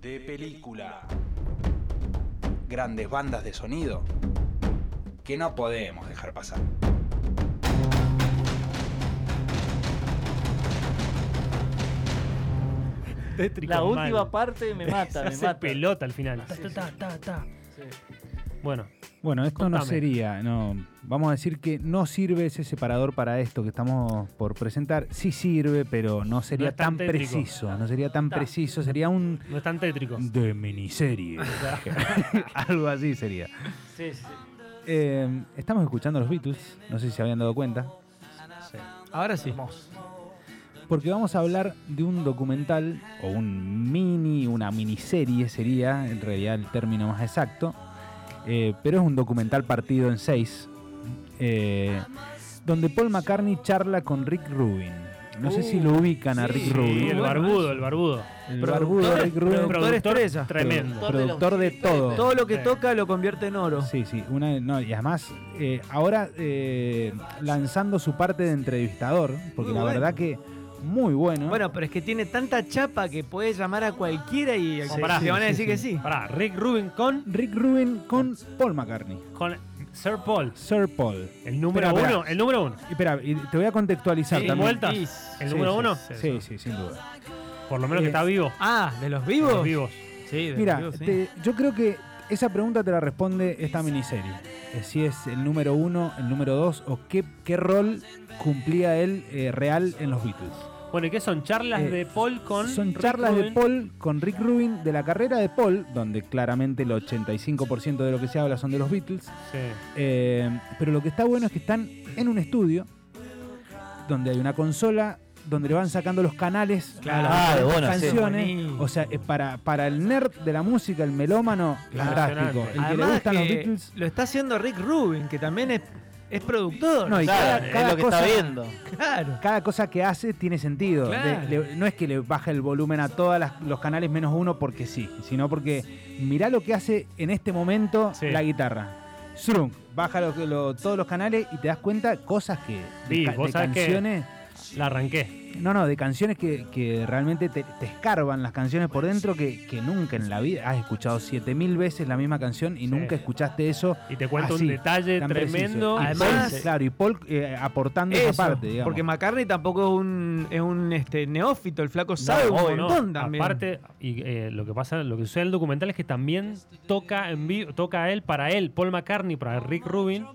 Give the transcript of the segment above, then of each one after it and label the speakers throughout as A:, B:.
A: de película. Grandes bandas de sonido que no podemos dejar pasar.
B: Tétrico
C: La
B: mal.
C: última parte me mata,
B: Se
C: me
B: hace
C: mata.
B: pelota al final.
C: Sí, sí.
B: Ta, ta, ta.
C: Sí.
B: Bueno,
D: Bueno, esto no
B: Contame.
D: sería, no. Vamos a decir que no sirve ese separador para esto que estamos por presentar. Sí sirve, pero no sería
B: es tan
D: tan,
B: tétrico.
D: preciso. No sería tan
C: Ta.
D: preciso, sería un
B: no es tan tétrico.
D: de miniserie. Algo así sería.
C: Sí, sí.
D: Eh, estamos escuchando a los Beatles, no sé si se habían dado cuenta,
B: Ahora sí.
D: porque vamos a hablar de un documental o un mini, una miniserie sería en realidad el término más exacto, eh, pero es un documental partido en seis, eh, donde Paul McCartney charla con Rick Rubin. No sé si lo ubican a Rick
B: Uh, Sí,
D: Rubin.
B: el barbudo, el barbudo.
D: El barbudo Rick Rubin.
E: Productor estrella.
B: Tremendo.
D: Productor de todo.
E: Todo lo que
B: Sí.
E: toca lo convierte en oro.
D: Sí, sí, una, no, y además eh, ahora eh, lanzando su parte de entrevistador, porque
E: Muy
D: la
E: bueno.
D: verdad que muy bueno.
E: Bueno, pero es que tiene tanta chapa que puede llamar a cualquiera y
B: Sí,
E: se-
B: pará.
E: se van a
B: Sí,
E: decir que sí.
B: Pará, Rick Rubin con,
D: Rick Rubin con Paul McCartney,
B: con Sir Paul.
D: Sir Paul.
B: El número
D: Espera, espera.
B: uno, el número uno.
D: Y Espera, y te voy a contextualizar
B: Sí,
D: también.
B: vuelta. vueltas.
E: Sí.
B: El
D: Sí,
B: número
D: sí,
B: uno.
D: Sí,
B: Sí,
D: sí, sin duda.
B: Por lo menos que
D: Eh,
B: está vivo.
E: Ah, ¿de los vivos?
B: Los vivos.
E: Sí, de
D: Mira,
E: los vivos, sí.
D: te- yo creo que esa pregunta te la responde esta miniserie. Eh, Si es el número uno, el número dos, o qué, qué rol cumplía él eh, real en los Beatles.
B: Bueno, ¿y qué son? Charlas
D: Eh,
B: de Paul con.
D: Son
B: Rick
D: charlas de
B: Rubin?
D: Paul con Rick Rubin de la carrera de Paul, donde claramente el 85% de lo que se habla son de los Beatles.
B: Sí.
D: Eh, pero lo que está bueno es que están en un estudio donde hay una consola donde le van sacando los canales
E: Claro,
D: a las
F: bueno, sí.
D: canciones.
E: Buenísimo.
D: O sea, eh, para, para el nerd de la música, el melómano,
B: Claro.
D: fantástico. El que le
E: Además
D: gustan los
E: que
D: Beatles.
E: Lo está haciendo Rick Rubin, que también es, es productor.
D: No, y
F: Claro,
D: cada- cada
F: es lo que
D: cosa-
F: está viendo.
E: Claro.
D: Cada cosa que hace tiene sentido.
E: Claro.
D: Le- le- no es que le baja el volumen a todos los canales menos uno porque sí, sino porque mirá lo que hace en este momento
B: Sí.
D: la guitarra. Shrunk, baja lo- lo- todos los canales y te das cuenta cosas que de
B: Sí,
D: ca- de,
B: vos sabés que-
D: canciones.
B: La arranqué.
D: No, no, de canciones que, que realmente te, te escarban las canciones por dentro que, que nunca en la vida has escuchado 7000 veces la misma canción y
B: Sí.
D: nunca escuchaste eso.
B: Y te cuento
D: así,
B: un detalle
D: tan
B: tremendo.
D: preciso. Y
E: Además-
D: Paul, claro, y Paul eh, aportando
E: Eso,
D: esa parte, digamos.
E: porque McCartney tampoco es un, es un este, neófito, el flaco sabe un
B: obvio,
E: montón también.
B: Aparte, y, eh, lo que pasa, lo que sucede en el documental es que también toca en vivo, toca a él para él, Paul McCartney para Rick Rubin.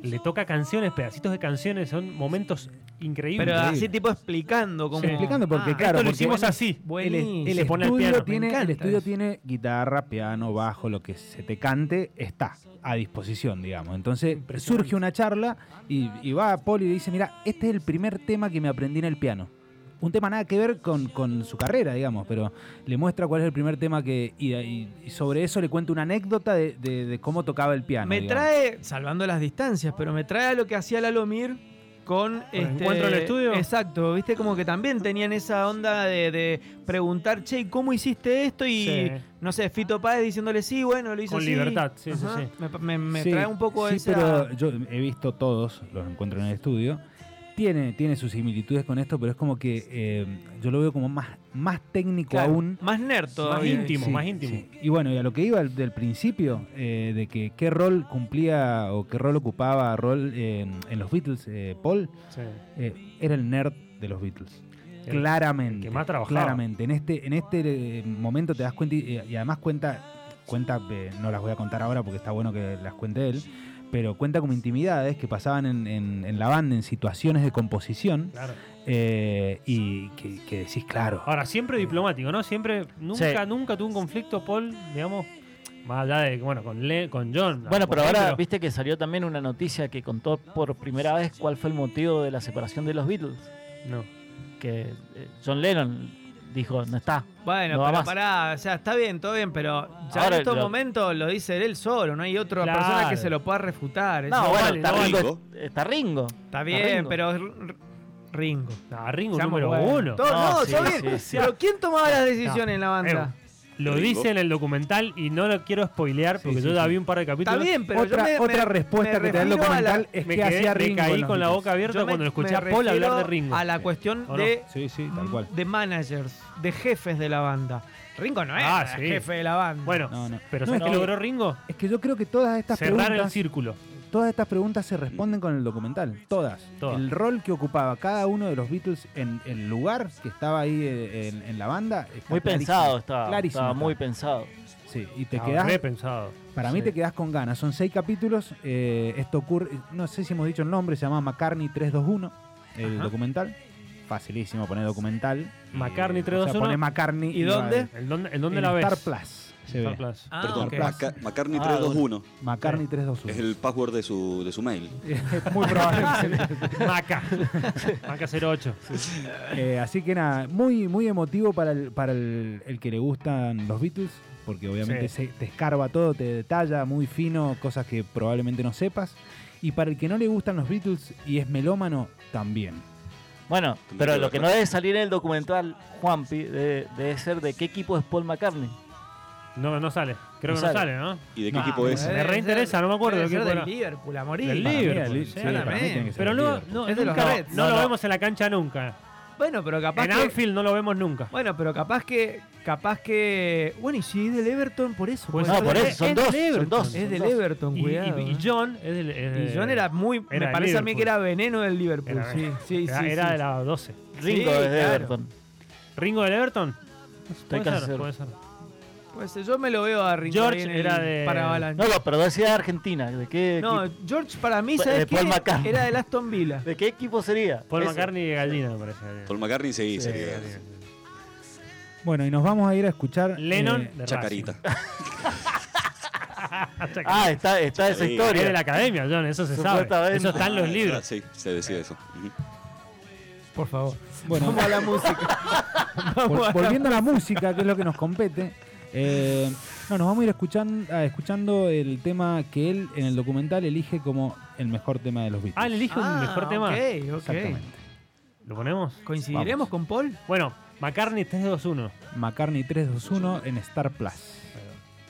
B: Le toca canciones, pedacitos de canciones, son momentos increíbles.
E: pero
B: Increíbles.
E: así tipo explicando como...
B: Sí,
D: explicando porque,
E: Ah,
D: claro,
B: Esto lo
D: porque-
B: hicimos así.
D: El,
E: Buenísimo.
D: el
B: Se pone al
D: estudio
B: piano, me
D: tiene, el
E: encanta
D: estudio
E: eso.
D: tiene guitarra, piano, bajo, lo que se te cante, está a disposición, digamos. Entonces
B: Impresionante.
D: surge una charla y, y va Paul y le dice, mira, este es el primer tema que me aprendí en el piano. Un tema nada que ver con, con su carrera, digamos, pero le muestra cuál es el primer tema que... Y, y- y sobre eso le cuenta una anécdota de, de- de cómo tocaba el piano.
E: Me
D: digamos.
E: trae, salvando las distancias, pero me trae a lo que hacía Lalomir con
B: el
E: este,
B: encuentro en el estudio?
E: Exacto, viste como que también tenían esa onda de, de preguntar, che, ¿y ¿cómo hiciste esto? Y
B: Sí.
E: no sé, Fito Páez diciéndole, sí, bueno, lo hice
B: Con
E: así".
B: libertad, sí, sí,
E: Ajá.
B: sí.
E: Me, me- me
D: Sí,
E: trae un poco
D: sí,
E: esa...
D: pero yo he visto todos, los encuentro en el estudio. Tiene, tiene sus similitudes con esto, pero es como que eh, yo lo veo como más, más técnico
E: claro,
D: aún.
E: Más nerd
B: Más
E: todavía.
B: íntimo,
D: Sí,
B: más íntimo.
D: sí. Y bueno, y a lo que iba al- del principio, eh, de que qué rol cumplía o qué rol ocupaba rol eh, en los Beatles, eh, Paul,
B: Sí.
D: eh, era el nerd de los Beatles. Claramente.
B: el que más trabajaba.
D: Claramente. En este, en este eh, momento te das cuenta y, eh, y además cuenta, cuenta eh, no las voy a contar ahora porque está bueno que las cuente él, pero cuenta como intimidades que pasaban en, en- en la banda, en situaciones de composición
B: Claro.
D: eh, y que, que decís, claro.
B: Ahora, siempre diplomático, ¿no? Siempre, nunca,
F: Sí.
B: nunca tuvo un conflicto, Paul, digamos, más allá de, bueno, con, Le- con John.
F: Bueno,
B: por
F: pero ahora
B: ejemplo.
F: viste que salió también una noticia que contó por primera vez cuál fue el motivo de la separación de los Beatles.
B: No.
F: Que eh, John Lennon dijo, no está.
E: Bueno,
F: No va
E: pero
F: más.
E: pará, o sea, está bien, todo bien, pero ya
F: Ahora
E: en estos
F: lo-
E: momentos lo dice él solo, no hay otra
B: Claro.
E: persona que se lo pueda refutar. eso-
F: No, bueno,
B: vale,
F: está,
B: no
F: Ringo, está Ringo.
E: está bien,
F: Ringo.
E: pero es R- R- Ringo.
B: No, Ringo
E: Seamos
B: número
E: buenos.
B: uno.
E: Todo- no,
F: No, sí,
E: todo bien.
F: sí, sí.
E: Pero ¿quién tomaba las decisiones en la banda?
B: Eh, Lo
G: Ringo.
B: dice en el documental y no lo quiero spoilear porque
D: sí,
B: yo ya
D: sí.
B: vi un par de
E: Está
B: capítulos.
E: bien, pero yo
D: otra
E: me-
D: otra
E: me- me
D: respuesta que te da el
E: refiero a la-
D: documental es
B: me
D: que
B: quedé,
D: hacía
B: me
D: Ringo. en
B: caí
D: los
B: con la
D: Beatles.
B: boca abierta
E: yo me-
B: cuando lo escuché
E: me
B: a Paul hablar de
E: refiero
B: Ringo.
E: A la
B: Sí.
E: cuestión
B: ¿O no?
E: de,
D: Sí, sí, tal cual.
E: de managers, de jefes de la banda. Ringo no es
B: Ah, sí.
E: jefe de la banda.
B: Bueno,
D: No, no.
B: pero
D: No,
B: ¿sabes
D: es
B: qué
D: que-
B: logró Ringo?
D: Es que yo creo que todas estas
B: Cerrar el
D: preguntas,
B: círculo.
D: todas estas preguntas se responden con el documental, todas.
B: Todas.
D: El rol que ocupaba cada uno de los Beatles en en el lugar que estaba ahí eh, en, en la banda. está
F: Muy
D: clarísimo.
F: pensado estaba.
D: Clarísimo
F: estaba muy
D: está.
F: pensado.
D: Sí, y te
B: Estaba
D: quedás
B: re pensado.
D: Para mí
F: Sí.
D: te quedás con ganas. Son seis capítulos. eh, esto ocurre, no sé si hemos dicho el nombre, se llama McCartney 321, el
E: Ajá.
D: documental. Facilísimo poner documental.
B: McCartney
D: Eh, O sea,
B: 321.
D: pones McCartney.
E: ¿Y
D: va-
E: dónde?
B: ¿El dónde, el dónde
D: en
B: la ves?
D: Star Plus. se ve.
B: Star Plus.
E: Ah,
G: Perdón,
E: ok.
D: Mac-
G: Maca- McCartney
F: Ah,
G: 321
D: McCartney
G: es
D: 321.
G: el password de su, de su mail.
D: Es muy probable. que sea.
B: Maca. Maca 08.
D: Eh, así que nada, muy, muy emotivo para, el, para el, el que le gustan los Beatles, porque obviamente
B: Sí.
D: se- te escarba todo, te detalla muy fino, cosas que probablemente no sepas. Y para el que no le gustan los Beatles y es melómano, también.
F: Bueno,
G: Tendría
F: pero
G: que
F: lo
G: ver,
F: que
G: ¿no?
F: no debe salir en el documental, Juanpi, de- debe ser de qué equipo es Paul McCartney.
B: No, no sale. Creo que no
F: No sale.
B: sale, ¿no?
G: ¿Y de qué
E: Ah,
D: No,
G: equipo
D: me
G: es?
B: Me reinteresa, no me acuerdo
E: Debe
B: qué
E: ser
B: equipo
E: del
B: era.
E: Liverpool, a morir.
B: Del
E: Para mí.
B: Liverpool,
D: Para mí,
B: sí,
D: sí, para mí tiene que ser
B: Pero
D: el
B: no,
D: Liverpool.
B: no,
E: Es de los
B: nunca-
E: Reds.
B: no
E: No,
B: lo
E: no.
B: vemos en la cancha nunca.
E: Bueno, pero capaz
B: En
E: que...
B: Anfield no lo vemos nunca.
E: Bueno, pero capaz que... Capaz que... Bueno, y si es del Everton, por eso.
B: Pues
E: puede
B: no,
E: ser
B: por
E: del-
B: eso, son
E: es
B: dos,
E: del
B: son
E: Everton,
B: dos,
E: Es
B: son
E: del
B: dos.
E: Everton,
B: Y, y-
E: cuidado.
B: y
E: eh.
B: John es del. es
E: Y
B: del-
E: John era muy...
B: era
E: me
B: de
E: parece a mí
B: Liverpool.
E: que era veneno del Liverpool.
B: Era-
E: sí, sí,
B: era,
E: sí,
B: era
E: sí.
B: de la 12.
F: Ringo es de
E: claro.
F: Everton.
B: ¿Ringo del Everton?
F: Estoy
B: Puede
F: casi
B: ser,
F: seguro.
B: puede ser.
E: Pues eh, yo me lo veo a Ringo
B: George
E: ahí en
B: era
E: el
B: de-
E: Paravalanche.
F: No, no, pero decía de Argentina. ¿De qué,
E: No,
F: equipo,
E: George para mí,
F: De
B: Pues,
E: ¿sabes
B: eh,
E: qué?
F: Paul McCartney.
E: Era del Aston Villa.
F: ¿de qué equipo sería?
B: Paul
F: Eso.
B: McCartney de Gallina, me parece.
G: Paul McCartney sí, sería
D: Bueno, y nos vamos a ir a escuchar.
B: Lennon
D: eh,
B: de
G: Chacarita.
B: Racing.
F: Ah, está, está esa
G: Sí.
B: Es de
F: historia.
B: la academia, John, eso se sabe.
F: Supuestamente.
B: Eso está en los
G: Ah,
B: libros.
G: Sí, se decía eso. Ujú.
E: Por favor.
D: bueno,
E: Vamos a la música.
D: vol- volviendo a la música, que es lo que nos compete. eh, no, nos vamos a ir escuchan- a- escuchando el tema que él en el documental elige como el mejor tema de los Beatles.
B: Ah, le elijo un mejor tema.
E: Ok, ok.
D: Exactamente.
B: ¿Lo ponemos?
E: ¿Coincidiremos con Paul?
B: Bueno, McCartney 321.
D: McCartney 321 en Star Plus.